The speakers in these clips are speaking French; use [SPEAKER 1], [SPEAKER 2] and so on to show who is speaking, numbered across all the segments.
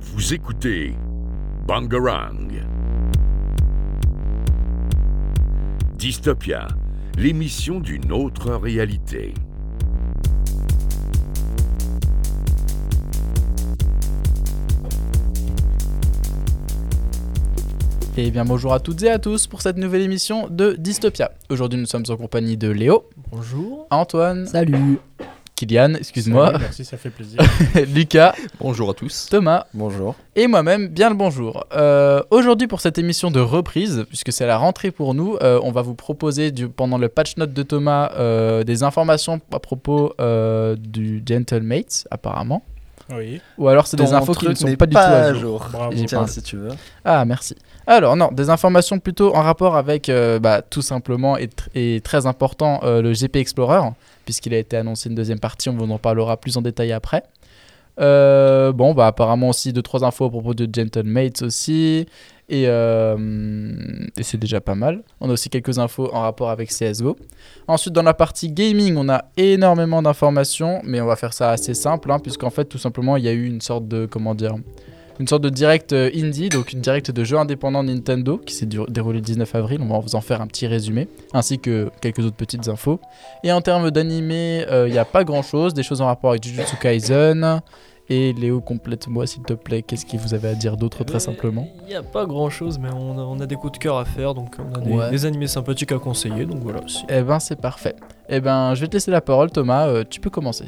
[SPEAKER 1] Vous écoutez Bangarang. Dystopia, l'émission d'une autre réalité.
[SPEAKER 2] Et Eh bien bonjour à toutes et à tous pour cette nouvelle émission de Dystopia. Aujourd'hui nous sommes en compagnie de Léo,
[SPEAKER 3] Bonjour.
[SPEAKER 2] Antoine,
[SPEAKER 3] Salut.
[SPEAKER 2] Kylian, excuse-moi,
[SPEAKER 3] Merci, ça fait plaisir.
[SPEAKER 2] Lucas,
[SPEAKER 4] Bonjour à tous.
[SPEAKER 2] Thomas
[SPEAKER 4] Bonjour.
[SPEAKER 2] et moi-même, bien le bonjour. Euh, Aujourd'hui pour cette émission de reprise, puisque c'est la rentrée pour nous, euh, on va vous proposer du- pendant le patch note de Thomas euh, des informations à propos euh, du Gentlemate apparemment.
[SPEAKER 3] Oui,
[SPEAKER 2] Ou alors c'est des infos qui ne sont pas du tout à jour.
[SPEAKER 3] bravo.
[SPEAKER 2] J'ai
[SPEAKER 4] Tiens,
[SPEAKER 2] pas-
[SPEAKER 4] si tu veux.
[SPEAKER 2] Ah, merci. Alors, non, des informations plutôt en rapport avec euh, bah, tout simplement et, tr- et très important euh, le GP Explorer, puisqu'il a été annoncé une deuxième partie, on vous en parlera plus en détail après. Euh, bon, bah, apparemment aussi deux, trois infos à propos de Gentlemates aussi. Et, euh, et c'est déjà pas mal. On a aussi quelques infos en rapport avec CSGO. Ensuite, dans la partie gaming, on a énormément d'informations, mais on va faire ça assez simple, hein, puisqu'en fait, tout simplement, il y a eu une sorte de. Comment dire une sorte de direct euh, indie, donc une direct de jeux indépendants Nintendo qui s'est dur- déroulée le 19 avril. On va vous en faire un petit résumé, ainsi que quelques autres petites infos. Et en termes d'animé, euh, il n'y a pas grand chose, des choses en rapport avec Jujutsu Kaisen. Et Léo, complète-moi s'il te plaît, qu'est-ce que vous avez à dire d'autre très simplement
[SPEAKER 3] Il n'y a pas grand chose, mais on a, on a des coups de cœur à faire, donc on a des,
[SPEAKER 2] Ouais.
[SPEAKER 3] des animés sympathiques à conseiller, donc voilà. c'est-
[SPEAKER 2] Eh ben c'est parfait. Eh ben je vais te laisser la parole Thomas, euh, tu peux commencer.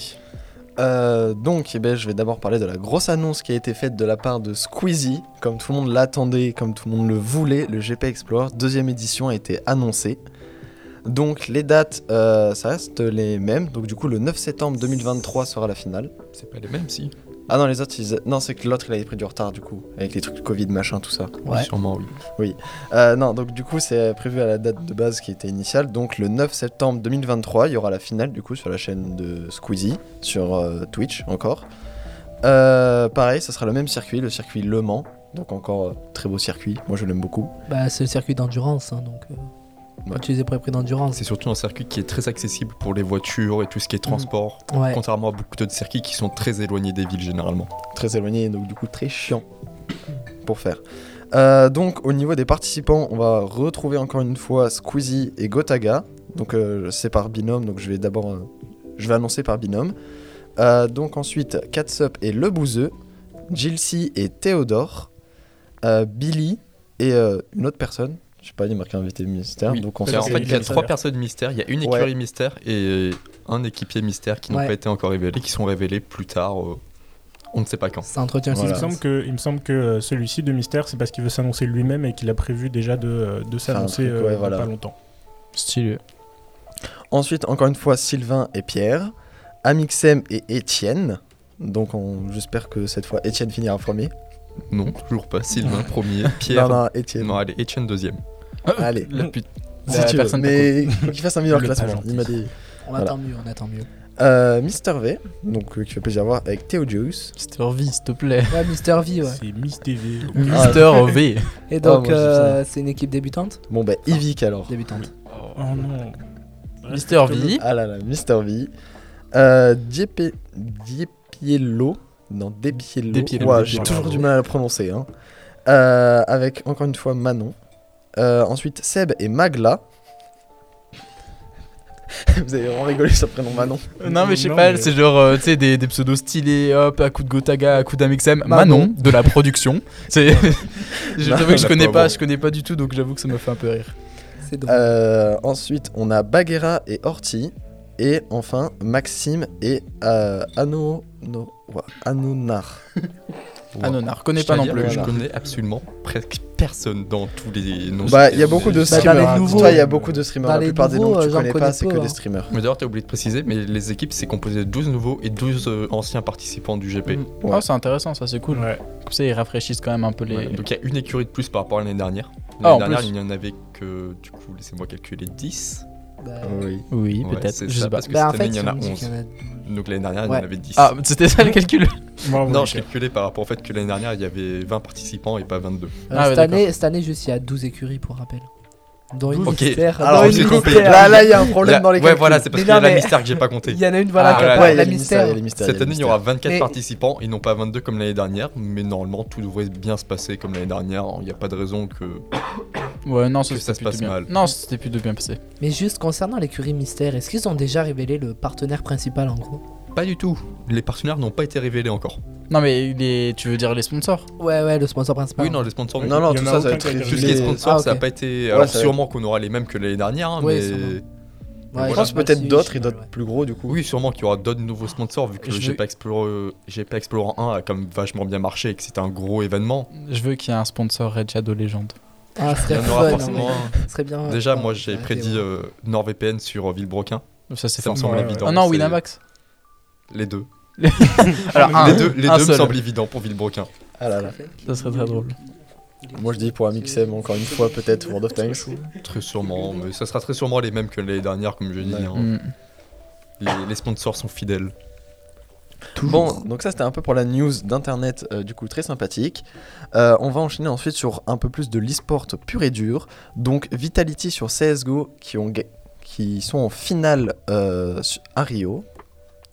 [SPEAKER 4] Euh, donc, eh ben, je vais d'abord parler de la grosse annonce qui a été faite de la part de Squeezie. Comme tout le monde l'attendait, comme tout le monde le voulait, le GP Explorer deuxième édition a été annoncée. Donc, les dates, euh, ça reste les mêmes. Donc, du coup, le 9 septembre 2023 sera la finale.
[SPEAKER 5] C'est pas les mêmes, si.
[SPEAKER 4] Ah non, les autres, ils... non, c'est que l'autre, il avait pris du retard, du coup, avec les trucs de Covid, machin, tout ça.
[SPEAKER 2] Ouais.
[SPEAKER 5] Sûrement, oui.
[SPEAKER 4] Euh, non, donc du coup, c'est prévu à la date de base qui était initiale. Donc le 9 septembre 2023, il y aura la finale du coup sur la chaîne de Squeezie, sur euh, Twitch encore. Euh, pareil, ça sera le même circuit, le circuit Le Mans. Donc encore euh, très beau circuit, moi je l'aime beaucoup.
[SPEAKER 6] Bah, c'est le circuit d'endurance, hein, donc. euh,
[SPEAKER 4] Ouais.
[SPEAKER 6] Quand tu les épreuves d'endurance.
[SPEAKER 5] C'est surtout un circuit qui est très accessible pour les voitures et tout ce qui est transport,
[SPEAKER 6] Ouais.
[SPEAKER 5] contrairement à beaucoup d'autres circuits qui sont très éloignés des villes généralement.
[SPEAKER 4] très éloigné, donc du coup très chiant pour faire. Euh, donc au niveau des participants, on va retrouver encore une fois Squeezie et Gotaga. Donc euh, c'est par binôme, donc je vais d'abord, euh, je vais annoncer par binôme. Euh, donc ensuite Catsup et Le Bouzeux, Jilcy et Théodore, euh, Billy et euh, une autre personne. Je sais pas, il est marqué invité mystère.
[SPEAKER 5] Oui.
[SPEAKER 4] Donc on
[SPEAKER 5] Et en
[SPEAKER 4] sait-
[SPEAKER 5] fait, il y a
[SPEAKER 3] Mystère.
[SPEAKER 5] trois personnes mystères. Il y a une
[SPEAKER 4] Ouais.
[SPEAKER 5] écurie mystère et euh, un équipier mystère qui n'ont
[SPEAKER 6] Ouais.
[SPEAKER 5] pas été encore révélés, qui sont révélés plus tard. euh, on ne sait pas quand.
[SPEAKER 6] Ça entretient le
[SPEAKER 4] Voilà.
[SPEAKER 3] Il, me
[SPEAKER 6] suspense.
[SPEAKER 3] semble que, il me semble que euh, celui-ci de Mystère, c'est parce qu'il veut s'annoncer lui-même et qu'il a prévu déjà de, euh, de
[SPEAKER 4] Faire un
[SPEAKER 3] s'annoncer
[SPEAKER 4] truc,
[SPEAKER 3] euh,
[SPEAKER 4] ouais,
[SPEAKER 3] dans
[SPEAKER 4] voilà.
[SPEAKER 3] pas longtemps.
[SPEAKER 2] Stylé.
[SPEAKER 4] Ensuite, encore une fois, Sylvain et Pierre, Amixem et Étienne. Donc on- j'espère que cette fois Étienne finira en premier.
[SPEAKER 5] Non, toujours pas. Sylvain premier, Pierre.
[SPEAKER 4] Non,
[SPEAKER 5] Non,
[SPEAKER 4] non, Étienne.
[SPEAKER 5] allez, Etienne deuxième.
[SPEAKER 4] Allez.
[SPEAKER 2] La
[SPEAKER 5] pute-
[SPEAKER 4] Si
[SPEAKER 2] La
[SPEAKER 4] tu veux,
[SPEAKER 2] Bah, personne
[SPEAKER 4] mais faut qu'il fasse un meilleur
[SPEAKER 3] Le
[SPEAKER 4] classement.
[SPEAKER 3] pageant.
[SPEAKER 4] Il m'a dit.
[SPEAKER 6] On attend mieux, on attend mieux.
[SPEAKER 4] Euh, Mister V, donc euh, qui fait plaisir à voir avec Theodius.
[SPEAKER 2] Mister V s'il te plaît.
[SPEAKER 6] Ouais, Mister V, ouais.
[SPEAKER 3] C'est Miss TV.
[SPEAKER 2] Mister V.
[SPEAKER 6] Et donc,
[SPEAKER 4] moi, je
[SPEAKER 6] euh, c'est une équipe débutante
[SPEAKER 4] Bon bah Evic alors.
[SPEAKER 6] Débutante.
[SPEAKER 3] Oh non.
[SPEAKER 2] Mister V.
[SPEAKER 4] Ah là là, Mister V. Euh, Diepe- Diepiello. Non, Depiello.
[SPEAKER 5] Depiello,
[SPEAKER 4] Ouah,
[SPEAKER 5] Depiello,
[SPEAKER 4] J'ai
[SPEAKER 3] pardon.
[SPEAKER 4] toujours du mal à le prononcer. hein. Euh, avec encore une fois Manon. Euh, ensuite Seb et Magla. Vous avez vraiment rigolé sur le prénom Manon.
[SPEAKER 2] Non mais je sais pas,
[SPEAKER 3] mais-
[SPEAKER 2] c'est genre euh, tu sais des, des pseudos stylés, hop, à coup de Gotaga, à coup d'Amixem, Manon de la production. C'est j'avoue que je
[SPEAKER 5] la
[SPEAKER 2] connais pas,
[SPEAKER 5] pauvre.
[SPEAKER 2] je connais pas du tout donc j'avoue que ça me fait un peu rire.
[SPEAKER 6] C'est drôle.
[SPEAKER 4] Euh, ensuite, on a Baguera et Orti. Et enfin, Maxime et euh, Ano... No... ouah, Anonar.
[SPEAKER 2] Ah non, non, reconnais
[SPEAKER 5] Je tiens
[SPEAKER 2] pas
[SPEAKER 5] à
[SPEAKER 2] non
[SPEAKER 5] dire
[SPEAKER 2] plus.
[SPEAKER 5] que
[SPEAKER 4] voilà.
[SPEAKER 5] Je connais absolument presque personne dans tous les noms.
[SPEAKER 4] Bah, il y a beaucoup de
[SPEAKER 6] dans les
[SPEAKER 4] streamers. hein.
[SPEAKER 6] nouveaux-
[SPEAKER 4] Dis-toi, il y a beaucoup de streamers.
[SPEAKER 6] dans
[SPEAKER 4] La
[SPEAKER 6] les
[SPEAKER 4] plupart des noms
[SPEAKER 6] nouveaux,
[SPEAKER 4] que tu
[SPEAKER 6] j'en
[SPEAKER 4] connais
[SPEAKER 6] connais
[SPEAKER 4] pas, c'est
[SPEAKER 6] pas,
[SPEAKER 4] que
[SPEAKER 6] hein.
[SPEAKER 4] des streamers.
[SPEAKER 5] Mais d'ailleurs, t'as oublié de préciser, mais les équipes, c'est composé de 12 nouveaux et 12 euh, anciens participants du GP.
[SPEAKER 4] Mm.
[SPEAKER 2] Ah c'est intéressant, ça c'est cool.
[SPEAKER 3] Ouais.
[SPEAKER 2] Comme ça ils rafraîchissent quand même un peu les.
[SPEAKER 5] Ouais, donc il y a une écurie de plus par rapport à l'année dernière. L'année
[SPEAKER 2] Ah, en
[SPEAKER 5] dernière,
[SPEAKER 2] plus.
[SPEAKER 5] il n'y en avait que, du coup, laissez-moi calculer, 10.
[SPEAKER 6] Bah,
[SPEAKER 4] Oui.
[SPEAKER 2] Oui,
[SPEAKER 5] Ouais,
[SPEAKER 2] peut-être.
[SPEAKER 5] c'est
[SPEAKER 2] Je
[SPEAKER 5] ça,
[SPEAKER 2] sais pas.
[SPEAKER 5] parce que
[SPEAKER 6] bah, en
[SPEAKER 5] euh, cette
[SPEAKER 6] fait,
[SPEAKER 5] année, il y en a
[SPEAKER 6] on dit qu'il
[SPEAKER 5] 11.
[SPEAKER 6] y en a- Euh,
[SPEAKER 5] Donc l'année dernière, il y
[SPEAKER 6] Ouais.
[SPEAKER 5] en avait 10.
[SPEAKER 2] Ah, c'était ça le calcul.
[SPEAKER 3] Bravo,
[SPEAKER 5] non, je
[SPEAKER 3] Lucas.
[SPEAKER 5] calculais par rapport au fait que l'année dernière, il y avait 20 participants et pas 22.
[SPEAKER 6] Euh,
[SPEAKER 2] Ah ouais,
[SPEAKER 6] cette,
[SPEAKER 2] d'accord.
[SPEAKER 6] année, cette année, juste, il y a 12 écuries, pour rappel. Dans une
[SPEAKER 5] Ok.
[SPEAKER 6] mystère.
[SPEAKER 5] Alors,
[SPEAKER 6] dans
[SPEAKER 5] je
[SPEAKER 6] une
[SPEAKER 5] suis trompé.
[SPEAKER 6] mystère.
[SPEAKER 4] Là, là, il y a un
[SPEAKER 5] Il y a-
[SPEAKER 4] problème dans les
[SPEAKER 5] ouais,
[SPEAKER 4] calculs.
[SPEAKER 5] voilà, c'est parce
[SPEAKER 6] Mais
[SPEAKER 5] qu'il y a
[SPEAKER 6] non,
[SPEAKER 5] la
[SPEAKER 6] mais-
[SPEAKER 5] mystère que j'ai pas compté.
[SPEAKER 6] Il y en a une, voilà,
[SPEAKER 5] Ah,
[SPEAKER 6] qui a
[SPEAKER 5] voilà,
[SPEAKER 6] pas
[SPEAKER 4] Ouais,
[SPEAKER 6] de
[SPEAKER 4] il y a
[SPEAKER 6] la
[SPEAKER 4] les mystères, il y a
[SPEAKER 6] mystère.
[SPEAKER 4] les mystères, il y a
[SPEAKER 5] Cette
[SPEAKER 4] les
[SPEAKER 5] année, il y aura 24
[SPEAKER 6] Et-
[SPEAKER 5] participants et non pas 22 comme l'année dernière, mais normalement tout devrait bien se passer comme l'année dernière. Il n'y a pas de raison que.
[SPEAKER 2] Ouais, non, ça,
[SPEAKER 5] Que
[SPEAKER 2] c'était
[SPEAKER 5] ça se
[SPEAKER 2] plutôt
[SPEAKER 5] passe
[SPEAKER 2] bien.
[SPEAKER 5] mal.
[SPEAKER 2] Non, c'était plutôt bien passé.
[SPEAKER 6] Mais juste concernant l'écurie mystère, est-ce qu'ils ont déjà révélé le partenaire principal en gros
[SPEAKER 5] Pas du tout. Les partenaires n'ont pas été révélés encore.
[SPEAKER 2] Non, mais les... tu veux dire les sponsors
[SPEAKER 6] Ouais, ouais, le sponsor principal.
[SPEAKER 5] Oui, non, les sponsors.
[SPEAKER 4] Non, non,
[SPEAKER 3] Il y
[SPEAKER 4] tout
[SPEAKER 3] en a
[SPEAKER 4] ça, ça va
[SPEAKER 3] aucun
[SPEAKER 4] être
[SPEAKER 3] qui a été
[SPEAKER 5] Tout ce qui est
[SPEAKER 4] révélé.
[SPEAKER 5] sponsor,
[SPEAKER 6] Ah, ok.
[SPEAKER 5] ça n'a pas été.
[SPEAKER 4] Ouais,
[SPEAKER 5] Alors
[SPEAKER 4] ça va
[SPEAKER 5] sûrement qu'on aura les mêmes que l'année dernière, hein,
[SPEAKER 6] Ouais,
[SPEAKER 5] mais.
[SPEAKER 6] sûrement.
[SPEAKER 4] Je
[SPEAKER 6] Ouais,
[SPEAKER 4] pense
[SPEAKER 6] j'ai pas
[SPEAKER 4] peut-être
[SPEAKER 6] suivi,
[SPEAKER 4] d'autres
[SPEAKER 6] j'ai
[SPEAKER 4] et
[SPEAKER 6] pas-
[SPEAKER 4] d'autres plus gros du coup.
[SPEAKER 5] Oui, sûrement qu'il y aura d'autres nouveaux sponsors vu que
[SPEAKER 2] Je
[SPEAKER 5] le
[SPEAKER 2] veux-
[SPEAKER 5] GP Explorer, GP Explorer 1 a quand même vachement bien marché et que c'était un gros événement.
[SPEAKER 2] Je veux qu'il y ait un sponsor Red Shadow Legend.
[SPEAKER 6] Ah, ce
[SPEAKER 5] Il
[SPEAKER 6] serait
[SPEAKER 5] y en aura
[SPEAKER 2] hein,
[SPEAKER 6] fun,
[SPEAKER 5] forcément
[SPEAKER 6] ouais.
[SPEAKER 5] un.
[SPEAKER 6] Ce serait bien.
[SPEAKER 5] Déjà,
[SPEAKER 6] ouais,
[SPEAKER 5] moi j'ai
[SPEAKER 6] arrêtez,
[SPEAKER 5] prédit
[SPEAKER 6] ouais.
[SPEAKER 5] euh, NordVPN sur euh, Villebrequin.
[SPEAKER 2] Ça, c'est
[SPEAKER 5] Ça me
[SPEAKER 2] fort.
[SPEAKER 5] semble
[SPEAKER 3] Ouais, ouais.
[SPEAKER 5] évident.
[SPEAKER 2] Ah non,
[SPEAKER 5] c'est-
[SPEAKER 2] Winamax.
[SPEAKER 5] Les deux.
[SPEAKER 2] Alors, un,
[SPEAKER 5] les deux, les
[SPEAKER 2] un
[SPEAKER 5] deux me
[SPEAKER 2] seul.
[SPEAKER 5] semblent évidents pour Villebrequin.
[SPEAKER 4] Ah là là.
[SPEAKER 2] Ça serait très drôle.
[SPEAKER 4] Moi je dis pour Amixem encore une fois peut-être World of Tanks.
[SPEAKER 5] Très sûrement, mais ça sera très sûrement les mêmes que l'année dernière, comme je dis.
[SPEAKER 4] Ouais.
[SPEAKER 5] hein.
[SPEAKER 2] Mm.
[SPEAKER 5] Les, les sponsors sont fidèles.
[SPEAKER 4] Bon, donc ça c'était un peu pour la news d'internet, euh, du coup très sympathique. Euh, on va enchaîner ensuite sur un peu plus de l'e-sport pur et dur. Donc Vitality sur CSGO qui, ont ga- qui sont en finale euh, su- à Rio.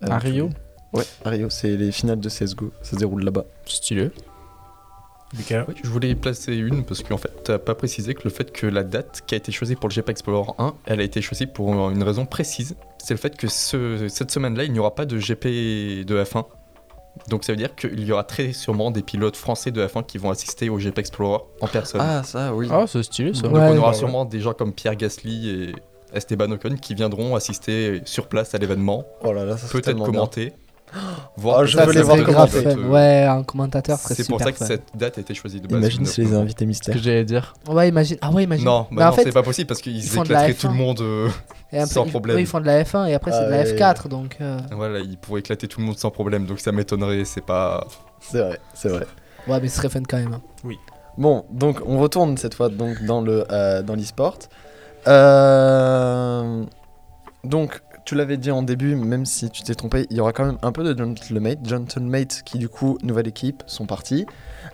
[SPEAKER 4] Euh,
[SPEAKER 2] À
[SPEAKER 4] tu-
[SPEAKER 2] Rio
[SPEAKER 4] Ouais, à Rio, c'est les finales de CSGO, ça se déroule là-bas.
[SPEAKER 2] Stylé.
[SPEAKER 3] Lucas,
[SPEAKER 5] Oui, je voulais y placer une parce qu'en fait, t'as pas précisé que le fait que la date qui a été choisie pour le GP Explorer 1, elle a été choisie pour une raison précise. C'est le fait que ce- cette semaine-là, il n'y aura pas de GP de F1. Donc ça veut dire qu'il y aura très sûrement des pilotes français de F1 qui vont assister au GP Explorer en personne.
[SPEAKER 4] Ah bah, ça oui.
[SPEAKER 2] Ah, c'est stylé ça.
[SPEAKER 5] Donc
[SPEAKER 6] Ouais,
[SPEAKER 5] on aura
[SPEAKER 3] ouais.
[SPEAKER 5] sûrement des gens comme Pierre Gasly et Esteban Ocon qui viendront assister sur place à l'événement,
[SPEAKER 4] Oh là là, ça c'est
[SPEAKER 5] peut-être
[SPEAKER 4] tellement bien.
[SPEAKER 5] commenter. Voir
[SPEAKER 4] Ah, je
[SPEAKER 6] Ça,
[SPEAKER 4] veux
[SPEAKER 6] ça
[SPEAKER 4] les voir
[SPEAKER 6] serait
[SPEAKER 4] comment
[SPEAKER 6] grave
[SPEAKER 4] commenter.
[SPEAKER 5] commenter.
[SPEAKER 6] fun. Ouais, un commentateur serait
[SPEAKER 5] C'est
[SPEAKER 6] super
[SPEAKER 5] pour ça que
[SPEAKER 6] fun.
[SPEAKER 5] cette date a été choisie de base.
[SPEAKER 4] Imagine
[SPEAKER 5] Je
[SPEAKER 4] si
[SPEAKER 5] ne-
[SPEAKER 4] les invités
[SPEAKER 2] C'est ce
[SPEAKER 4] mystères.
[SPEAKER 2] que j'allais dire.
[SPEAKER 6] Ouais, imagine. Ah ouais, imagine.
[SPEAKER 5] Non,
[SPEAKER 6] Mais
[SPEAKER 5] bah
[SPEAKER 6] en
[SPEAKER 5] non,
[SPEAKER 6] fait,
[SPEAKER 5] c'est pas possible parce
[SPEAKER 6] ils
[SPEAKER 5] qu'ils
[SPEAKER 6] font de la
[SPEAKER 5] éclateraient tout
[SPEAKER 6] F1.
[SPEAKER 5] le monde. euh,
[SPEAKER 6] et un peu,
[SPEAKER 5] sans
[SPEAKER 6] ils-
[SPEAKER 5] problème.
[SPEAKER 6] eux, ils font de la F1 et après, c'est de la
[SPEAKER 4] Ah, ouais.
[SPEAKER 6] F4. Donc, euh,
[SPEAKER 5] Voilà, ils pourraient éclater tout le monde sans problème, donc ça m'étonnerait, c'est pas.
[SPEAKER 4] C'est vrai, c'est vrai.
[SPEAKER 6] ouais, mais ce serait fun quand même.
[SPEAKER 4] Bon, donc on retourne cette fois donc dans le euh, dans l'e-sport. Euh, donc tu l'avais dit en début, même si tu t'es trompé, il y aura quand même un peu de gentlemate, gentlemate qui du coup nouvelle équipe sont partis.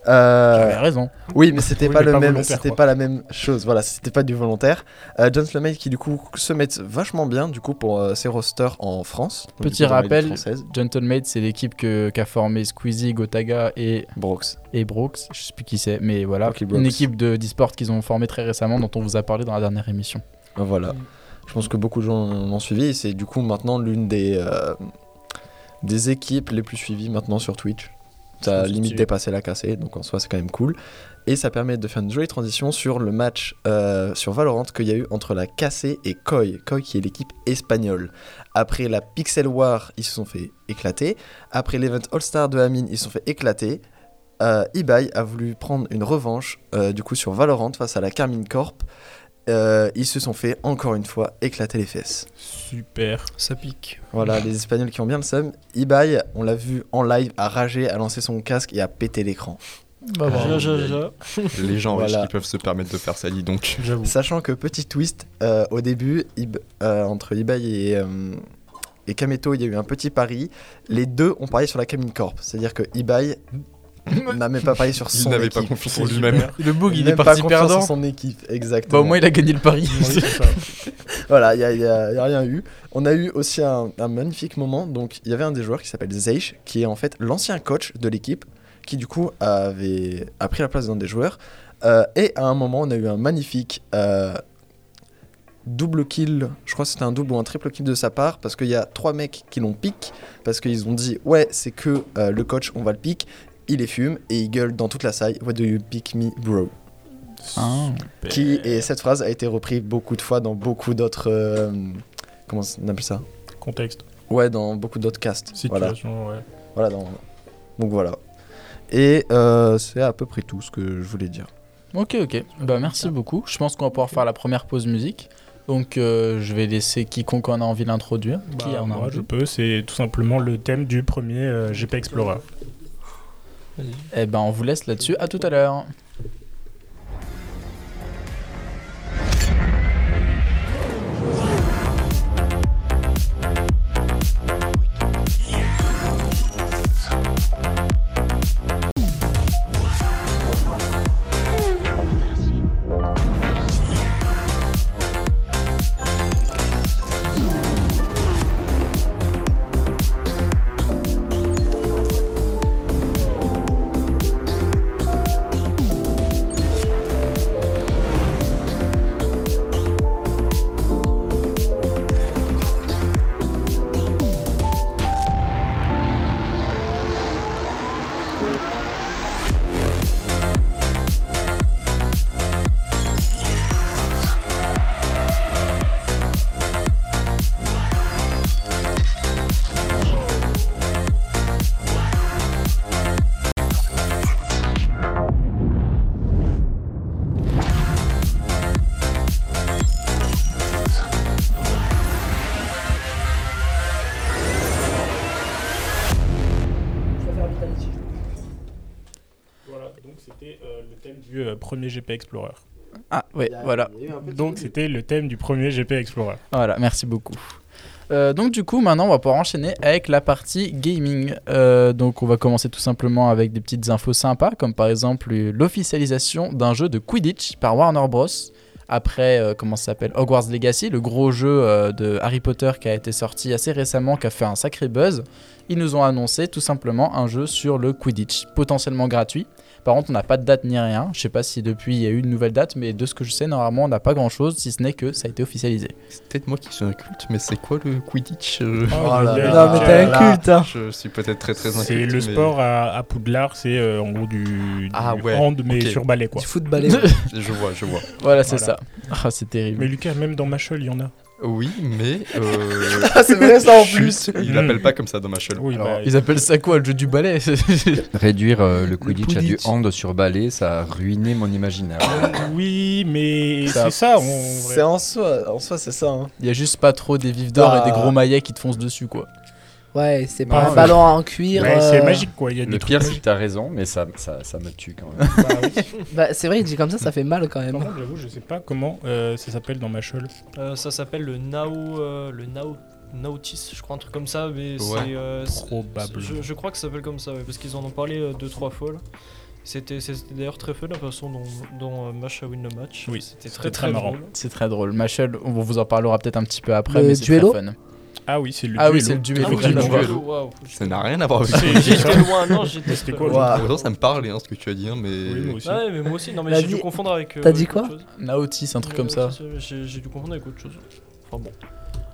[SPEAKER 4] Euh,
[SPEAKER 2] J'avais raison.
[SPEAKER 4] oui, mais c'était
[SPEAKER 3] Oui,
[SPEAKER 4] pas
[SPEAKER 3] mais
[SPEAKER 4] le
[SPEAKER 3] pas
[SPEAKER 4] même,
[SPEAKER 3] volontaire,
[SPEAKER 4] c'était
[SPEAKER 3] quoi.
[SPEAKER 4] pas la même chose. Voilà, c'était pas du volontaire. Euh, gentlemate qui du coup se mettent vachement bien du coup pour euh, ses rosters en France. Donc, du
[SPEAKER 2] Petit
[SPEAKER 4] coup, dans la Ligue
[SPEAKER 2] rappel.
[SPEAKER 4] française,
[SPEAKER 2] Gentlemate, c'est l'équipe que- qu'a formée Squeezie, Gotaga et,
[SPEAKER 4] Brooks.
[SPEAKER 2] et Brooks. Je sais plus qui c'est, mais voilà.
[SPEAKER 4] Rocky Brooks.
[SPEAKER 2] Une équipe de d'e-sport qu'ils ont formée très récemment, dont on vous a parlé dans la dernière émission.
[SPEAKER 4] Voilà.
[SPEAKER 6] Mm.
[SPEAKER 4] Je pense que beaucoup de gens l'ont suivi. et C'est du coup maintenant l'une des, euh, des équipes les plus suivies maintenant sur Twitch. Ça a
[SPEAKER 2] C'est
[SPEAKER 4] limite
[SPEAKER 2] stylé.
[SPEAKER 4] dépassé la cassée, donc en soi c'est quand même cool. Et ça permet de faire une jolie transition sur le match euh, sur Valorant qu'il y a eu entre la cassée et Koi. Koi qui est l'équipe espagnole. Après la Pixel War, ils se sont fait éclater. Après l'event All-Star de Amine, ils se sont fait éclater. Euh, Ibai a voulu prendre une revanche euh, du coup sur Valorant face à la Carmine Corp. Euh, ils se sont fait encore une fois éclater les fesses.
[SPEAKER 3] super.
[SPEAKER 5] Ça pique.
[SPEAKER 4] Voilà, les Espagnols qui ont bien le seum. Ibai, on l'a vu en live, a ragé, a lancé son casque et a pété l'écran.
[SPEAKER 2] Bah,
[SPEAKER 5] bon.
[SPEAKER 3] Ja, ja, ja.
[SPEAKER 5] Les gens riches
[SPEAKER 4] Voilà.
[SPEAKER 5] qui peuvent se permettre de faire ça, dis donc.
[SPEAKER 3] J'avoue.
[SPEAKER 4] Sachant que petit twist, euh, au début, Ib- euh, entre Ibai et, euh, et Kameto, il y a eu un petit pari. Les deux ont parié sur la Camille Corp. C'est-à-dire que Ibai n'a même pas parié sur
[SPEAKER 5] Il
[SPEAKER 4] son
[SPEAKER 5] n'avait pas
[SPEAKER 4] équipe.
[SPEAKER 5] confiance
[SPEAKER 3] C'est
[SPEAKER 5] en lui-même.
[SPEAKER 3] super.
[SPEAKER 2] Le bug,
[SPEAKER 4] Même pas confiance en son équipe,
[SPEAKER 2] Bah,
[SPEAKER 4] exactement.
[SPEAKER 2] au moins, il a gagné le pari.
[SPEAKER 3] Oui, c'est ça.
[SPEAKER 4] Voilà, il n'y a, y a- y a rien eu. On a eu aussi un, un magnifique moment. Donc, il y avait un des joueurs qui s'appelle Zeish, qui est en fait l'ancien coach de l'équipe, qui du coup avait a pris la place d'un des joueurs. Euh, et à un moment, on a eu un magnifique euh, double kill. Je crois que c'était un double ou un triple kill de sa part, parce qu'il y a trois mecs qui l'ont pique, parce qu'ils ont dit ouais, c'est que euh, le coach, on va le pique. Il les fume et il gueule dans toute la salle. What do you pick me, bro? Hein
[SPEAKER 2] Ah.
[SPEAKER 4] qui et cette phrase a été reprise beaucoup de fois dans beaucoup d'autres euh, comment on appelle ça
[SPEAKER 3] Contexte,
[SPEAKER 4] ouais dans beaucoup d'autres castes voilà
[SPEAKER 3] situation, ouais.
[SPEAKER 4] voilà dans- donc voilà et euh, c'est à peu près tout ce que je voulais dire
[SPEAKER 2] Ok, ok. Bah, merci beaucoup. Je pense qu'on va pouvoir faire la première pause musique. Donc, euh, je vais laisser quiconque en a envie l'introduire. qui
[SPEAKER 3] Bah,
[SPEAKER 2] en a
[SPEAKER 3] moi,
[SPEAKER 2] envie
[SPEAKER 3] je peux, c'est tout simplement le thème du premier euh, GP Explorer.
[SPEAKER 2] Eh ben, on vous laisse là-dessus. À tout à l'heure.
[SPEAKER 3] Voilà, donc c'était euh, le thème du euh, premier GP Explorer.
[SPEAKER 2] Ah, oui, voilà.
[SPEAKER 3] Donc c'était le thème du premier GP Explorer.
[SPEAKER 2] Voilà, merci beaucoup. Euh, donc du coup, maintenant, on va pouvoir enchaîner avec la partie gaming. Euh, donc on va commencer tout simplement avec des petites infos sympas, comme par exemple euh, l'officialisation d'un jeu de Quidditch par Warner Bros. Après, euh, comment ça s'appelle Hogwarts Legacy, le gros jeu euh, de Harry Potter qui a été sorti assez récemment, qui a fait un sacré buzz. Ils nous ont annoncé tout simplement un jeu sur le Quidditch, potentiellement gratuit. Par contre, on n'a pas de date ni rien. Je sais pas si depuis il y a eu une nouvelle date, mais de ce que je sais, normalement, on n'a pas grand-chose, si ce n'est que ça a été officialisé.
[SPEAKER 5] C'est peut-être moi qui suis un culte, mais c'est quoi le Quidditch euh,
[SPEAKER 4] Oh là
[SPEAKER 3] le-
[SPEAKER 4] là.
[SPEAKER 6] Non, mais t'es
[SPEAKER 4] Ah,
[SPEAKER 6] un
[SPEAKER 4] là.
[SPEAKER 6] culte, hein.
[SPEAKER 5] Je suis peut-être très très inculte.
[SPEAKER 3] C'est le
[SPEAKER 5] mais-
[SPEAKER 3] sport à, à Poudlard, c'est euh, en gros du, du
[SPEAKER 5] Ah ouais,
[SPEAKER 3] hand mais
[SPEAKER 5] ok.
[SPEAKER 3] sur balai quoi.
[SPEAKER 6] Du football et-
[SPEAKER 5] Je vois, je vois.
[SPEAKER 2] Voilà, c'est ça.
[SPEAKER 3] Voilà.
[SPEAKER 2] Ah, c'est terrible.
[SPEAKER 3] Mais Lucas, même dans Machol, il y en a.
[SPEAKER 5] Oui, mais. euh,
[SPEAKER 4] Ah, c'est vrai ça en
[SPEAKER 5] chut,
[SPEAKER 4] plus.
[SPEAKER 5] Il
[SPEAKER 3] Mm.
[SPEAKER 5] l'appelle pas comme ça dans ma chaîne.
[SPEAKER 3] Oui,
[SPEAKER 2] Alors,
[SPEAKER 3] bah,
[SPEAKER 2] ils appellent ça quoi le jeu du ballet C'est-
[SPEAKER 7] Réduire euh, le Quidditch à du
[SPEAKER 2] Quidditch.
[SPEAKER 7] hand sur balai, ça a ruiné mon imaginaire.
[SPEAKER 3] euh, oui, mais
[SPEAKER 2] Ça-
[SPEAKER 3] c'est ça. on-
[SPEAKER 4] C'est en soi, en soi c'est ça. hein.
[SPEAKER 2] Il y a juste pas trop des vifs d'or
[SPEAKER 4] Bah.
[SPEAKER 2] et des gros maillets qui te foncent dessus quoi.
[SPEAKER 6] Ouais, c'est
[SPEAKER 3] Non,
[SPEAKER 6] pas un
[SPEAKER 3] mais-
[SPEAKER 6] ballon en cuir.
[SPEAKER 3] Ouais,
[SPEAKER 6] euh,
[SPEAKER 3] c'est magique quoi. Il y a
[SPEAKER 7] Le
[SPEAKER 3] des trucs
[SPEAKER 7] pire, c'est
[SPEAKER 3] magiques.
[SPEAKER 7] que t'as raison, mais ça, ça, ça me tue quand même.
[SPEAKER 3] Bah oui.
[SPEAKER 6] Bah, c'est vrai, il dit comme ça, ça fait mal quand
[SPEAKER 3] Par
[SPEAKER 6] même.
[SPEAKER 3] contre, j'avoue, je sais pas comment euh, ça s'appelle dans Machol.
[SPEAKER 8] Euh, ça s'appelle le Nao, euh, le Nao, Nautis, je crois un truc comme ça, mais c'est euh, c'est-
[SPEAKER 3] Probablement.
[SPEAKER 8] Je, je crois que ça s'appelle comme ça, ouais, parce qu'ils en ont parlé euh, deux trois fois. là. C'était c'était d'ailleurs très fun la façon dont, dont euh, Mash a win le match.
[SPEAKER 3] Oui,
[SPEAKER 8] c'était
[SPEAKER 3] c'était
[SPEAKER 8] très
[SPEAKER 3] très
[SPEAKER 8] très,
[SPEAKER 3] marrant.
[SPEAKER 8] drôle.
[SPEAKER 2] C'est très drôle. Machel, on vous en parlera peut-être un petit peu après,
[SPEAKER 6] Le
[SPEAKER 2] mais c'est
[SPEAKER 6] duello
[SPEAKER 2] très fun.
[SPEAKER 3] Ah oui, c'est le
[SPEAKER 2] Ah oui,
[SPEAKER 3] duello.
[SPEAKER 2] c'est le duello.
[SPEAKER 8] Ah oui,
[SPEAKER 2] Faut
[SPEAKER 8] le
[SPEAKER 2] le voir.
[SPEAKER 8] duello, waouh.
[SPEAKER 5] Ça n'a rien à voir avec
[SPEAKER 3] C'est- c'est
[SPEAKER 8] J'étais
[SPEAKER 3] ça.
[SPEAKER 8] loin, non, j'étais
[SPEAKER 3] C'était
[SPEAKER 8] très
[SPEAKER 3] quoi,
[SPEAKER 8] loin.
[SPEAKER 4] Ouah.
[SPEAKER 5] Pourtant, ça me parle, hein, ce que tu as dit, hein, mais.
[SPEAKER 3] Oui, moi aussi.
[SPEAKER 8] Ah Ouais, mais moi aussi, non,
[SPEAKER 6] T'as
[SPEAKER 8] mais j'ai dû
[SPEAKER 6] dit-
[SPEAKER 8] confondre avec. euh,
[SPEAKER 6] t'as dit
[SPEAKER 8] autre
[SPEAKER 6] quoi
[SPEAKER 8] chose.
[SPEAKER 2] Nautis, un
[SPEAKER 8] Euh,
[SPEAKER 2] truc comme ça.
[SPEAKER 8] J'ai j'ai dû confondre avec autre chose. Enfin bon.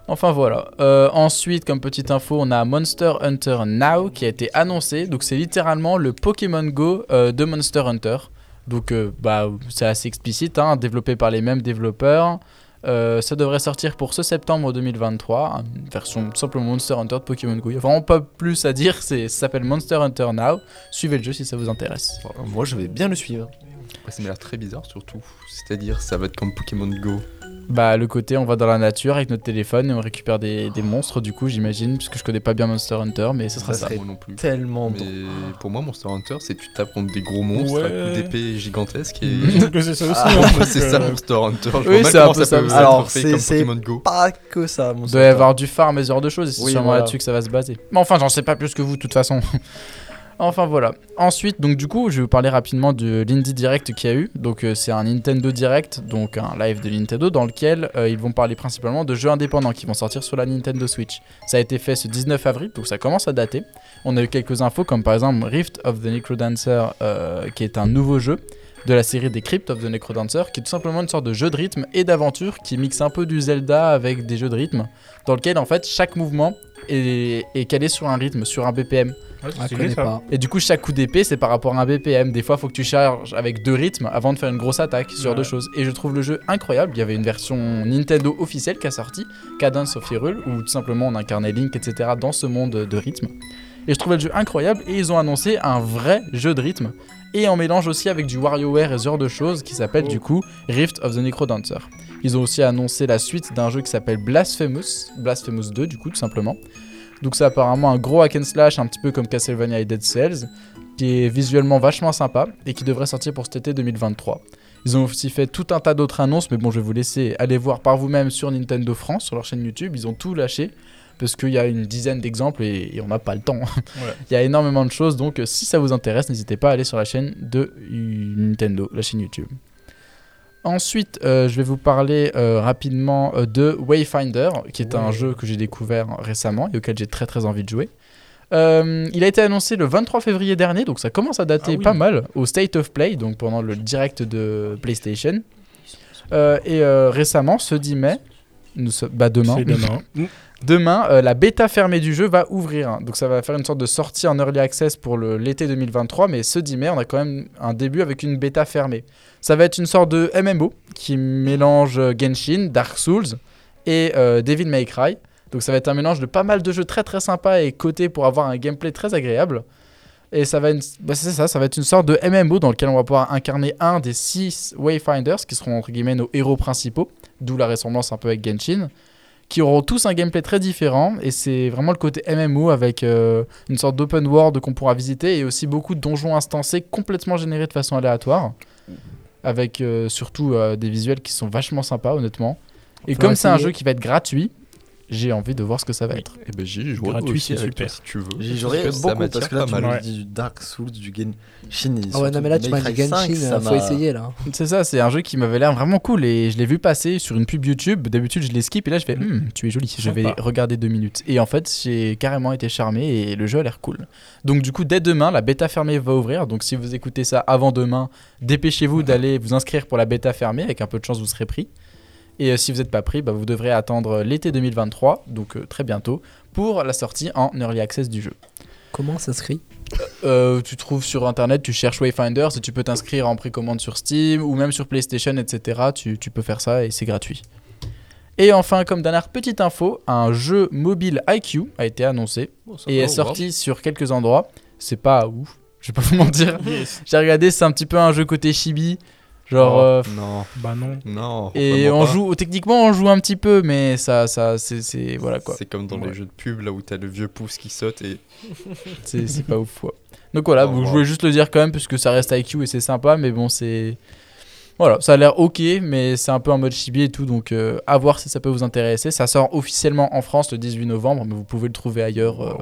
[SPEAKER 2] Enfin voilà. Euh, ensuite, comme petite info, on a Monster Hunter Now qui a été annoncé. Donc c'est littéralement le Pokémon Go euh, de Monster Hunter. Donc euh, bah, c'est assez explicite, hein, développé par les mêmes développeurs. Euh, ça devrait sortir pour ce septembre 2023, une hein, version simplement Monster Hunter de Pokémon Go. Il n'y a vraiment pas plus à dire, c'est- ça s'appelle Monster Hunter Now. Suivez le jeu si ça vous intéresse.
[SPEAKER 4] Oh, Moi je vais bien le suivre.
[SPEAKER 5] Après, ça m'a l'air très bizarre, surtout. C'est-à-dire, ça va être comme Pokémon Go.
[SPEAKER 2] Bah le côté on va dans la nature avec notre téléphone et on récupère des, des monstres du coup j'imagine, puisque je connais pas bien Monster Hunter mais ce
[SPEAKER 9] Bah,
[SPEAKER 2] sera
[SPEAKER 4] Ça
[SPEAKER 2] ça.
[SPEAKER 4] serait
[SPEAKER 5] Moi non plus.
[SPEAKER 4] Tellement drôle.
[SPEAKER 5] Mais pour moi, Monster Hunter, c'est tu tapes contre des gros monstres
[SPEAKER 3] Ouais.
[SPEAKER 5] avec des épées gigantesques et.
[SPEAKER 3] Je trouve que c'est ça aussi.
[SPEAKER 2] Ah,
[SPEAKER 5] Pour
[SPEAKER 3] hein,
[SPEAKER 5] moi,
[SPEAKER 3] donc,
[SPEAKER 5] c'est
[SPEAKER 3] euh,
[SPEAKER 5] ça Monster Hunter. Je
[SPEAKER 2] Oui,
[SPEAKER 5] vois mal
[SPEAKER 2] c'est un
[SPEAKER 5] comment
[SPEAKER 2] peu ça,
[SPEAKER 5] ça peut
[SPEAKER 2] mais-
[SPEAKER 5] être
[SPEAKER 4] Alors,
[SPEAKER 5] fait
[SPEAKER 4] c'est-
[SPEAKER 5] comme
[SPEAKER 4] c'est-
[SPEAKER 5] Pokémon Go.
[SPEAKER 4] Pas que ça. Mon
[SPEAKER 2] Il doit y avoir du farm et ce genre de choses, et c'est
[SPEAKER 4] Oui,
[SPEAKER 2] sûrement
[SPEAKER 4] voilà.
[SPEAKER 2] là-dessus que ça va se baser. Mais enfin, j'en sais pas plus que vous, de toute façon. enfin, voilà. Ensuite, donc du coup, je vais vous parler rapidement de l'Indie Direct qu'il y a eu. Donc, euh, c'est un Nintendo Direct, donc un live de Nintendo, dans lequel euh, ils vont parler principalement de jeux indépendants qui vont sortir sur la Nintendo Switch. Ça a été fait ce 19 avril, donc ça commence à dater. On a eu quelques infos, comme par exemple Rift of the Necrodancer, euh, qui est un nouveau jeu de la série des Crypt of the Necrodancer, qui est tout simplement une sorte de jeu de rythme et d'aventure qui mixe un peu du Zelda avec des jeux de rythme dans lequel en fait chaque mouvement est, est calé sur un rythme, sur un BPM.
[SPEAKER 3] ouais,
[SPEAKER 6] Ah,
[SPEAKER 3] c'est
[SPEAKER 6] connais
[SPEAKER 3] ça.
[SPEAKER 6] pas.
[SPEAKER 2] Et du coup chaque coup d'épée c'est par rapport à un BPM. Des fois faut que tu charges avec deux rythmes avant de faire une grosse attaque, ce genre de
[SPEAKER 3] Ouais.
[SPEAKER 2] choses. Et je trouve le jeu incroyable. Il y avait une version Nintendo officielle qui a sorti, Cadence of Hyrule, où tout simplement on incarnait Link, etc. dans ce monde de rythme. Et je trouvais le jeu incroyable et ils ont annoncé un vrai jeu de rythme. Et en mélange aussi avec du WarioWare et ce genre de choses qui s'appelle
[SPEAKER 3] Oh.
[SPEAKER 2] du coup Rift of the Necrodancer. Ils ont aussi annoncé la suite d'un jeu qui s'appelle Blasphemous, Blasphemous 2 du coup tout simplement. Donc c'est apparemment un gros hack and slash un petit peu comme Castlevania et Dead Cells qui est visuellement vachement sympa et qui devrait sortir pour cet été 2023. Ils ont aussi fait tout un tas d'autres annonces mais bon je vais vous laisser aller voir par vous-même sur Nintendo France, sur leur chaîne YouTube, ils ont tout lâché parce qu'il y a une dizaine d'exemples et, et on n'a pas le temps. Il y a énormément de choses donc euh, si ça vous intéresse n'hésitez pas à aller sur la chaîne de euh, Nintendo, la chaîne YouTube. Ensuite, euh, je vais vous parler euh, rapidement euh, de Wayfinder, qui est un jeu que j'ai découvert récemment et auquel j'ai très très envie de jouer. Euh, il a été annoncé le 23 février dernier, donc ça commence à dater
[SPEAKER 3] Ah oui.
[SPEAKER 2] pas mal, au State of Play, donc pendant le direct de PlayStation. Euh, et euh, récemment, ce 10 mai, Nous sommes- bah, demain.
[SPEAKER 3] C'est demain.
[SPEAKER 2] Demain, euh, la bêta fermée du jeu va ouvrir. hein. Donc ça va faire une sorte de sortie en early access pour le- l'été 2023. Mais ce 10 mai, on a quand même un début avec une bêta fermée. Ça va être une sorte de MMO qui mélange euh, Genshin, Dark Souls et euh, Devil May Cry. Donc ça va être un mélange de pas mal de jeux très très sympas et cotés pour avoir un gameplay très agréable. Et ça va, une- bah, c'est ça, ça va être une sorte de MMO dans lequel on va pouvoir incarner un des six Wayfinders qui seront entre guillemets nos héros principaux, d'où la ressemblance un peu avec Genshin qui auront tous un gameplay très différent et c'est vraiment le côté MMO avec euh, une sorte d'open world qu'on pourra visiter et aussi beaucoup de donjons instancés complètement générés de façon aléatoire avec euh, surtout euh, des visuels qui sont vachement sympas honnêtement et
[SPEAKER 6] Faudra
[SPEAKER 2] comme c'est un
[SPEAKER 6] essayer.
[SPEAKER 2] jeu qui va être gratuit j'ai envie de voir ce que ça va être
[SPEAKER 9] Eh ben, j'y joué
[SPEAKER 3] Gratuit,
[SPEAKER 9] aussi
[SPEAKER 3] c'est
[SPEAKER 9] avec
[SPEAKER 3] super.
[SPEAKER 9] toi, si tu veux.
[SPEAKER 4] J'y
[SPEAKER 9] Parce
[SPEAKER 4] jouerai
[SPEAKER 9] ça
[SPEAKER 4] beaucoup
[SPEAKER 9] m'attire
[SPEAKER 4] parce que là
[SPEAKER 9] pas
[SPEAKER 4] tu
[SPEAKER 9] mal.
[SPEAKER 4] me
[SPEAKER 3] Ouais.
[SPEAKER 4] dis du Dark Souls, du Genshin. et
[SPEAKER 6] Ah ouais,
[SPEAKER 4] surtout
[SPEAKER 6] non, mais là, tu
[SPEAKER 4] May
[SPEAKER 6] m'as
[SPEAKER 4] Cry
[SPEAKER 6] dit Genshin,
[SPEAKER 4] 5, ça
[SPEAKER 6] euh, faut
[SPEAKER 4] m'a-
[SPEAKER 6] essayer là.
[SPEAKER 2] c'est ça c'est un jeu qui m'avait l'air vraiment cool et je l'ai vu passer sur une pub YouTube d'habitude je les skip et là je fais Hum, tu es joli je vais
[SPEAKER 3] Sympa.
[SPEAKER 2] regarder deux minutes et en fait j'ai carrément été charmé et le jeu a l'air cool Donc du coup, dès demain, la bêta fermée va ouvrir. Donc si vous écoutez ça avant demain, dépêchez-vous d'aller vous inscrire pour la bêta fermée. Avec un peu de chance, vous serez pris. Et euh, si vous n'êtes pas pris, bah, vous devrez attendre l'été 2023, donc euh, très bientôt, pour la sortie en early access du jeu.
[SPEAKER 6] Comment ça se crie
[SPEAKER 2] Euh, tu trouves sur Internet, tu cherches Wayfinders et tu peux t'inscrire en précommande sur Steam ou même sur PlayStation, etc. Tu, tu peux faire ça et c'est gratuit. Et enfin, comme dernière petite info, un jeu mobile IQ a été annoncé
[SPEAKER 9] Oh, ça
[SPEAKER 2] et
[SPEAKER 9] va,
[SPEAKER 2] est
[SPEAKER 9] wow.
[SPEAKER 2] sorti sur quelques endroits. C'est pas ouf, je vais pas vous mentir. J'ai regardé, c'est un petit peu un jeu côté chibi. Genre. euh,
[SPEAKER 9] Non,
[SPEAKER 3] Bah non.
[SPEAKER 9] non.
[SPEAKER 2] et
[SPEAKER 9] vraiment
[SPEAKER 2] on
[SPEAKER 9] Oh, pas.
[SPEAKER 2] joue, techniquement, on joue un petit peu, mais ça, ça c'est- c'est. Voilà quoi.
[SPEAKER 9] C'est comme dans
[SPEAKER 2] Ouais.
[SPEAKER 9] les jeux de pub là où t'as le vieux pouce qui saute et
[SPEAKER 2] C'est c'est pas ouf, quoi. Donc voilà,
[SPEAKER 9] Oh,
[SPEAKER 2] vous- je
[SPEAKER 9] wow.
[SPEAKER 2] voulais juste le dire quand même, puisque ça reste IQ et c'est sympa, mais bon, c'est. Voilà, ça a l'air ok, mais c'est un peu en mode chibi et tout, donc euh, à voir si ça peut vous intéresser. Ça sort officiellement en France le 18 novembre, mais vous pouvez le trouver ailleurs euh,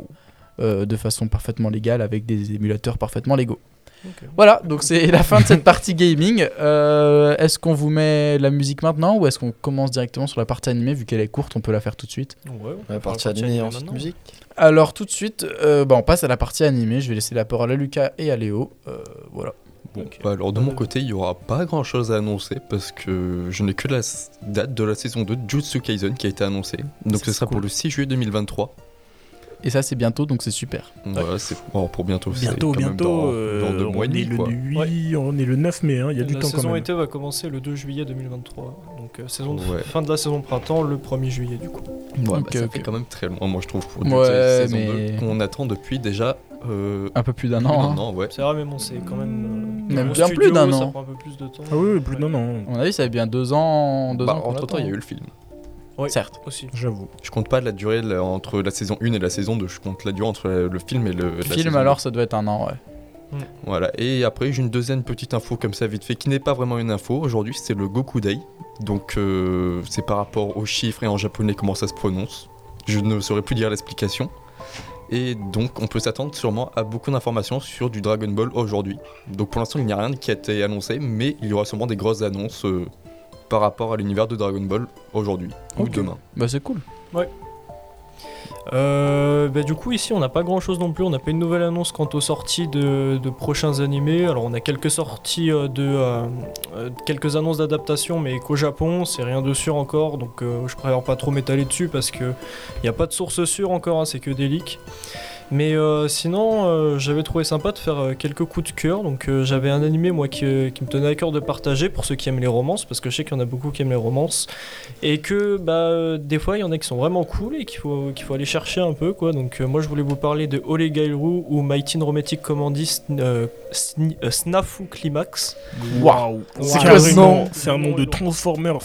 [SPEAKER 2] euh, de façon parfaitement légale avec des émulateurs parfaitement légaux. Voilà, donc c'est la fin de cette partie gaming. Euh, est-ce qu'on vous met la musique maintenant ou est-ce qu'on commence directement sur la partie animée Vu qu'elle est courte, on peut la faire tout de suite.
[SPEAKER 8] Ouais,
[SPEAKER 4] Ouais,
[SPEAKER 8] on
[SPEAKER 4] partie
[SPEAKER 8] partir
[SPEAKER 4] animée et ensuite musique.
[SPEAKER 2] Alors tout de suite, euh, bah, on passe à la partie animée. Je vais laisser la parole à Lucas et à Léo. Euh, voilà.
[SPEAKER 9] Bon, bah alors
[SPEAKER 2] Euh.
[SPEAKER 9] de mon côté, il n'y aura pas grand chose à annoncer parce que je n'ai que la s- date de la saison 2 de Jutsu Kaisen qui a été annoncée. Donc
[SPEAKER 2] Ça,
[SPEAKER 9] ce
[SPEAKER 2] c'est
[SPEAKER 9] sera
[SPEAKER 2] cool.
[SPEAKER 9] pour le 6 juillet 2023.
[SPEAKER 2] Et ça c'est bientôt, donc c'est super.
[SPEAKER 9] Voilà, c'est bon, pour bientôt. c'est
[SPEAKER 3] Bientôt,
[SPEAKER 9] quand même
[SPEAKER 3] bientôt.
[SPEAKER 9] Dans,
[SPEAKER 3] euh,
[SPEAKER 9] dans deux
[SPEAKER 3] on
[SPEAKER 9] mois et
[SPEAKER 3] est
[SPEAKER 9] demi,
[SPEAKER 3] le
[SPEAKER 9] quoi.
[SPEAKER 3] huit- On est le 9 mai, hein, il y a du
[SPEAKER 8] la
[SPEAKER 3] temps quand
[SPEAKER 8] saison
[SPEAKER 3] même.
[SPEAKER 8] été va commencer le 2 juillet 2023. Donc euh, saison de-
[SPEAKER 9] Ouais.
[SPEAKER 8] fin de la saison printemps, le 1er juillet du coup.
[SPEAKER 9] Ouais,
[SPEAKER 2] Donc,
[SPEAKER 9] bah, ça
[SPEAKER 2] euh,
[SPEAKER 9] fait
[SPEAKER 2] que-
[SPEAKER 9] quand même très loin, moi je trouve, pour
[SPEAKER 2] Ouais,
[SPEAKER 9] Jutsu saison
[SPEAKER 2] mais-
[SPEAKER 9] 2 qu'on attend depuis déjà. Euh,
[SPEAKER 2] Un peu plus d'un
[SPEAKER 9] plus
[SPEAKER 2] an.
[SPEAKER 9] d'un
[SPEAKER 2] hein.
[SPEAKER 9] an, ouais.
[SPEAKER 8] C'est vrai, mais bon, c'est quand même.
[SPEAKER 2] Même
[SPEAKER 8] au
[SPEAKER 2] bien plus d'un
[SPEAKER 8] ça
[SPEAKER 2] an.
[SPEAKER 8] prend un peu plus de temps.
[SPEAKER 3] Ah oui, oui, plus d'un an,
[SPEAKER 2] On a vu, ça fait bien deux ans. Deux
[SPEAKER 9] Bah,
[SPEAKER 2] ans qu'on
[SPEAKER 9] entre temps, il y
[SPEAKER 2] l'attend.
[SPEAKER 9] a
[SPEAKER 2] hein.
[SPEAKER 9] eu le film.
[SPEAKER 8] Oui.
[SPEAKER 2] Certes.
[SPEAKER 8] Aussi.
[SPEAKER 3] j'avoue.
[SPEAKER 9] Je compte pas la durée là, entre la saison 1 et la saison 2. Je compte la durée entre la- le film et le. la saison
[SPEAKER 2] Film
[SPEAKER 9] 2.
[SPEAKER 2] alors, ça doit être un an, ouais.
[SPEAKER 9] Voilà, et après j'ai une deuxième petite info comme ça vite fait qui n'est pas vraiment une info. Aujourd'hui c'est le Goku Day. Donc euh, c'est par rapport aux chiffres et en japonais comment ça se prononce. Je ne saurais plus dire l'explication. Et donc on peut s'attendre sûrement à beaucoup d'informations sur du Dragon Ball aujourd'hui. Donc pour l'instant il n'y a rien qui a été annoncé, mais il y aura sûrement des grosses annonces euh, par rapport à l'univers de Dragon Ball aujourd'hui
[SPEAKER 2] Ok.
[SPEAKER 9] ou demain.
[SPEAKER 2] Bah c'est cool.
[SPEAKER 8] Euh, bah, du coup, ici, on n'a pas grand chose non plus. On n'a pas une nouvelle annonce quant aux sorties de, de prochains animés. Alors, on a quelques sorties euh, de. euh, euh, quelques annonces d'adaptation, mais qu'au Japon, c'est rien de sûr encore. Donc, euh, je préfère pas trop m'étaler dessus parce que il n'y a pas de source sûre encore, hein, c'est que des leaks. Mais euh, sinon, euh, j'avais trouvé sympa de faire euh, quelques coups de cœur. Donc, euh, j'avais un animé, moi, qui, euh, qui me tenait à cœur de partager pour ceux qui aiment les romances, parce que je sais qu'il y en a beaucoup qui aiment les romances et que bah, euh, des fois il y en a qui sont vraiment cool et qu'il faut, qu'il faut aller chercher un peu quoi. Donc euh, moi je voulais vous parler de Ole Gairu ou My Teen Romantic Comedy Sn- euh, Sni- euh, Snafu Climax.
[SPEAKER 2] Waouh
[SPEAKER 3] C'est
[SPEAKER 2] quoi ce
[SPEAKER 3] un
[SPEAKER 2] nom
[SPEAKER 3] nom- C'est un nom de Transformers.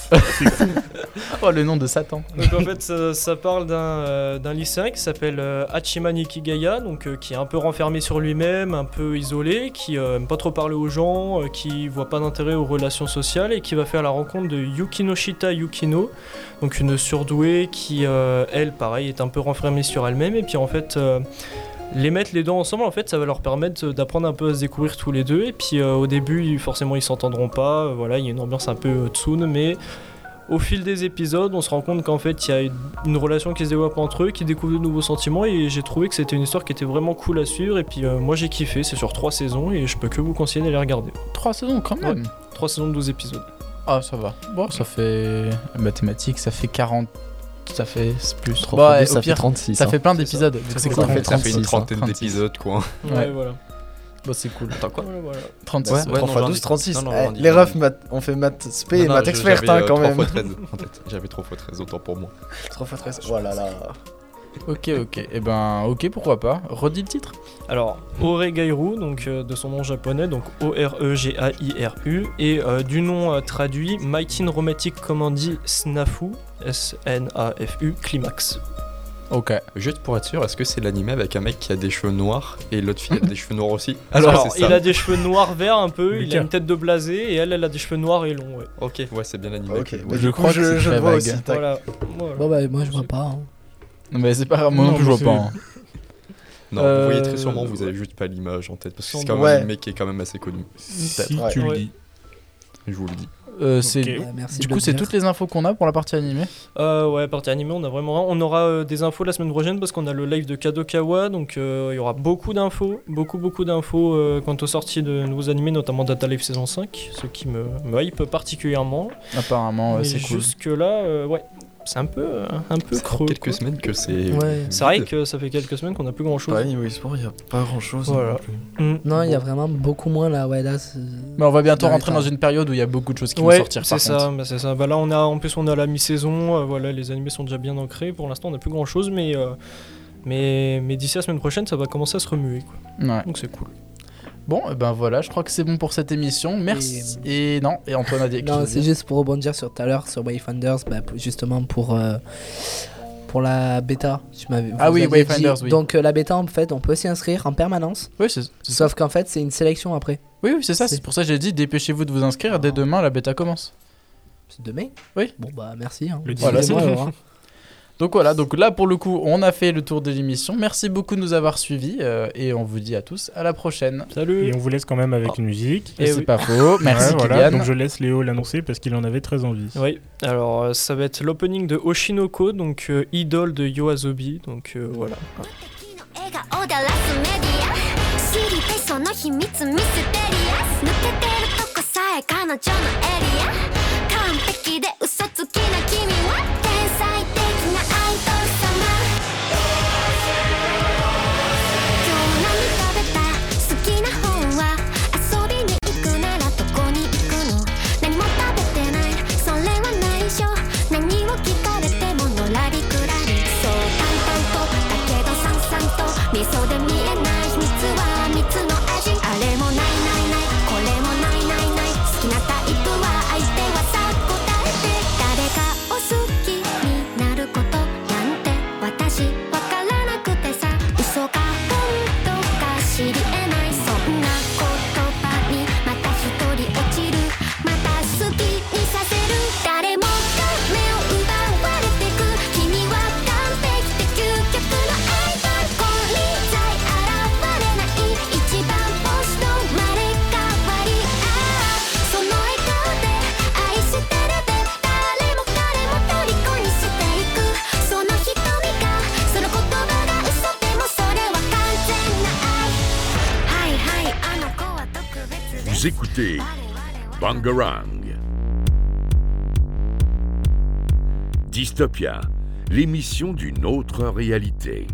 [SPEAKER 2] Oh, le nom de Satan.
[SPEAKER 8] Donc en fait, ça, ça parle d'un euh, d'un lycéen qui s'appelle euh, Hachima Nikigaya, donc, euh, qui est un peu renfermé sur lui-même, un peu isolé, qui euh, aime pas trop parler aux gens, euh, qui voit pas d'intérêt aux relations sociales et qui va faire la rencontre de Yukinoshita Yukino, donc une surdouée qui, euh, elle, pareil, est un peu renfermée sur elle-même. Et puis en fait, euh, les mettre les deux ensemble, en fait, ça va leur permettre d'apprendre un peu à se découvrir tous les deux. Et puis euh, au début, ils- forcément, ils s'entendront pas. euh, Voilà, il y a une ambiance un peu euh, tsoun, mais au fil des épisodes, on se rend compte qu'en fait, il y a une- une relation qui se développe entre eux, qui découvre de nouveaux sentiments. Et j'ai trouvé que c'était une histoire qui était vraiment cool à suivre. Et puis euh, moi, j'ai kiffé. C'est sur trois saisons et je peux que vous conseiller d'aller regarder.
[SPEAKER 2] Trois saisons quand même.
[SPEAKER 8] Trois saisons de 12 épisodes.
[SPEAKER 2] Ah, ça va. Bon, ça fait. Mathématiques, ça fait 40. Ça fait c'est plus.
[SPEAKER 4] 3
[SPEAKER 2] Bah,
[SPEAKER 4] fois 2,
[SPEAKER 2] au
[SPEAKER 4] ça
[SPEAKER 2] pire,
[SPEAKER 4] fait 36.
[SPEAKER 2] ça
[SPEAKER 4] hein.
[SPEAKER 2] fait plein d'épisodes. donc
[SPEAKER 3] Ça
[SPEAKER 2] c'est
[SPEAKER 3] fait
[SPEAKER 2] cool.
[SPEAKER 4] fait
[SPEAKER 5] Ça fait une
[SPEAKER 4] 36, hein,
[SPEAKER 5] trentaine
[SPEAKER 4] 36.
[SPEAKER 5] d'épisodes, quoi.
[SPEAKER 8] Ouais,
[SPEAKER 2] Ouais.
[SPEAKER 8] voilà.
[SPEAKER 2] Bon, Bah, c'est cool.
[SPEAKER 5] Attends, quoi
[SPEAKER 8] Voilà, voilà.
[SPEAKER 2] 36.
[SPEAKER 4] Ouais,
[SPEAKER 5] non,
[SPEAKER 4] 3 fois
[SPEAKER 5] j'en
[SPEAKER 4] 12,
[SPEAKER 5] dis-
[SPEAKER 4] 36.
[SPEAKER 5] non, non,
[SPEAKER 4] Eh,
[SPEAKER 5] j'en dis-
[SPEAKER 4] les refs, maths- on fait maths spé et
[SPEAKER 5] Non, non,
[SPEAKER 4] maths
[SPEAKER 5] je-
[SPEAKER 4] expert
[SPEAKER 5] j'avais,
[SPEAKER 4] hein,
[SPEAKER 5] euh,
[SPEAKER 4] quand
[SPEAKER 5] trois
[SPEAKER 4] même.
[SPEAKER 5] fois 13 en tête. J'avais 3 fois 13, autant pour moi.
[SPEAKER 4] 3 fois 13.
[SPEAKER 6] Oh
[SPEAKER 4] Voilà là.
[SPEAKER 2] Ok, ok. Et ben, ok, pourquoi pas. Redis le titre.
[SPEAKER 8] Alors, Oregairu, donc euh, de son nom japonais, donc E O-R-E-G-A-I-R-U, et euh, du nom euh, traduit Mighty Romantic Commandy Snafu, S-N-A-F-U, Climax.
[SPEAKER 2] Ok.
[SPEAKER 5] Juste pour être sûr, est-ce que c'est l'anime avec un mec qui a des cheveux noirs et l'autre fille a des cheveux noirs aussi
[SPEAKER 8] Alors,
[SPEAKER 5] Ah, c'est
[SPEAKER 8] il
[SPEAKER 5] ça.
[SPEAKER 8] a des cheveux noirs verts un peu, il
[SPEAKER 3] Lucas.
[SPEAKER 8] a une tête de blasé, et elle, elle a des cheveux noirs et longs, ouais.
[SPEAKER 5] Ok, ouais, c'est bien l'anime.
[SPEAKER 4] Ok,
[SPEAKER 5] Ouais.
[SPEAKER 4] bah,
[SPEAKER 2] je
[SPEAKER 4] du coup,
[SPEAKER 2] crois que
[SPEAKER 4] je
[SPEAKER 2] c'est
[SPEAKER 4] je
[SPEAKER 2] très
[SPEAKER 4] le vois
[SPEAKER 2] vague.
[SPEAKER 4] aussi. tac.
[SPEAKER 8] Voilà. voilà.
[SPEAKER 6] Bon bah moi je vois pas. hein.
[SPEAKER 2] Mais c'est pas grave, moi non
[SPEAKER 3] Non,
[SPEAKER 2] plus, je
[SPEAKER 3] mais
[SPEAKER 2] vois pas. hein.
[SPEAKER 5] Non,
[SPEAKER 2] Euh,
[SPEAKER 5] vous voyez très sûrement, vous avez juste pas l'image en tête parce que c'est quand même
[SPEAKER 4] Ouais.
[SPEAKER 5] un mec qui est quand même assez connu.
[SPEAKER 3] Si
[SPEAKER 4] Ouais.
[SPEAKER 3] tu le
[SPEAKER 8] Ouais.
[SPEAKER 3] dis.
[SPEAKER 5] Je vous le dis.
[SPEAKER 2] Euh, c'est-
[SPEAKER 3] Ok.
[SPEAKER 6] Ouais, merci
[SPEAKER 2] Du
[SPEAKER 6] de
[SPEAKER 2] coup,
[SPEAKER 6] le
[SPEAKER 2] c'est
[SPEAKER 6] dire.
[SPEAKER 2] toutes les infos qu'on a pour la partie animée.
[SPEAKER 8] Euh, ouais, partie animée, on a vraiment. On aura euh, des infos la semaine prochaine parce qu'on a le live de Kadokawa, donc euh, il y aura beaucoup d'infos, beaucoup, beaucoup d'infos euh, quant aux sorties de nouveaux animés, notamment Data Life saison 5, ce qui me, me hype particulièrement.
[SPEAKER 2] Apparemment,
[SPEAKER 8] Mais
[SPEAKER 2] euh, c'est cool.
[SPEAKER 8] Jusque-là, euh, ouais, c'est un peu, euh, un peu
[SPEAKER 5] Ça fait
[SPEAKER 8] creux.
[SPEAKER 5] quelques
[SPEAKER 8] quoi.
[SPEAKER 5] semaines que c'est.
[SPEAKER 6] Ouais.
[SPEAKER 8] C'est vrai que ça fait quelques semaines qu'on n'a plus grand-chose.
[SPEAKER 4] Ouais, niveau e-sport, il a pas grand chose.
[SPEAKER 8] Voilà. Mm.
[SPEAKER 6] Non, il y a vraiment beaucoup moins là. Ouais, là, c'est-
[SPEAKER 2] Mais on va bientôt rentrer dans
[SPEAKER 6] Arrête,
[SPEAKER 2] une période où il y a beaucoup de choses qui
[SPEAKER 8] Ouais,
[SPEAKER 2] vont sortir.
[SPEAKER 8] c'est
[SPEAKER 2] par contre.
[SPEAKER 8] ça, bah, c'est ça. Bah là, on a, en plus, on a la mi-saison. euh, voilà, les animés sont déjà bien ancrés. Pour l'instant, on n'a plus grand chose, mais, euh, mais, mais d'ici la semaine prochaine, ça va commencer à se remuer. quoi.
[SPEAKER 2] Ouais.
[SPEAKER 8] Donc c'est cool.
[SPEAKER 2] Bon, et ben voilà, je crois que c'est bon pour cette émission. Merci. Et, non, et Antoine a dit.
[SPEAKER 6] Non, c'est juste pour rebondir sur tout à l'heure sur Wayfinders, bah, pour- justement pour euh, pour la bêta. Tu m'avais
[SPEAKER 2] Ah
[SPEAKER 6] vous
[SPEAKER 2] oui,
[SPEAKER 6] aviez
[SPEAKER 2] Wayfinders,
[SPEAKER 6] dit.
[SPEAKER 2] oui.
[SPEAKER 6] Donc euh, la bêta, en fait, on peut s'y inscrire en permanence.
[SPEAKER 2] Oui, c'est c'est ça.
[SPEAKER 6] Sauf qu'en fait, c'est une sélection après.
[SPEAKER 2] Oui, oui, c'est ça. C'est
[SPEAKER 6] C'est-
[SPEAKER 2] pour ça que j'ai dit dépêchez-vous de vous inscrire. Dès demain, la bêta commence.
[SPEAKER 6] C'est demain.
[SPEAKER 2] Oui.
[SPEAKER 6] Bon bah merci. Hein.
[SPEAKER 3] Le
[SPEAKER 2] Voilà,
[SPEAKER 6] Excusez-moi,
[SPEAKER 2] c'est-
[SPEAKER 6] alors, hein.
[SPEAKER 2] Donc voilà, donc là pour le coup, on a fait le tour de l'émission. Merci beaucoup de nous avoir suivis euh, et on vous dit à tous à la prochaine.
[SPEAKER 8] Salut!
[SPEAKER 3] Et on vous laisse quand même avec une musique.
[SPEAKER 2] Et
[SPEAKER 8] Eh
[SPEAKER 2] c'est
[SPEAKER 8] oui.
[SPEAKER 2] pas faux. Merci
[SPEAKER 3] Ouais, voilà,
[SPEAKER 2] Kylian.
[SPEAKER 3] Donc je laisse Léo l'annoncer parce qu'il en avait très envie.
[SPEAKER 8] Oui, alors euh, ça va être l'opening de Oshinoko, donc euh, idole de Yoazobi, donc euh, voilà.
[SPEAKER 9] 笑顔だラスメディア知りたいその秘密ミステリアス抜けてるとこさえ彼女のエリア完璧で嘘つきな君は天才的なアイドル様今日何食べた好きな本は遊びに行くならどこに行くの何も食べてないそれは内緒何を聞かれてものらりくらりそう淡々とだけどさんさんと味噌で見えない秘密は蜜の味あれもないないないこれもないないない好きなタイプは相手はさ答えて誰かを好きになることなんて私わからなくてさ嘘か本当か知り得ないそんな言葉にまた一人落ちるまた好きにさせる誰もが目を奪われてく君は完璧で究極のアイドルこれさえ現れない一番星の生まれ変わりああその笑顔で愛してるで誰も彼も虜にしていくその瞳がその言葉が嘘でもそれは完全な愛はいはいあの子は特別です
[SPEAKER 1] Vous écoutez
[SPEAKER 9] 我々は
[SPEAKER 1] Bangarang. Dystopia, l'émission d'une autre réalité.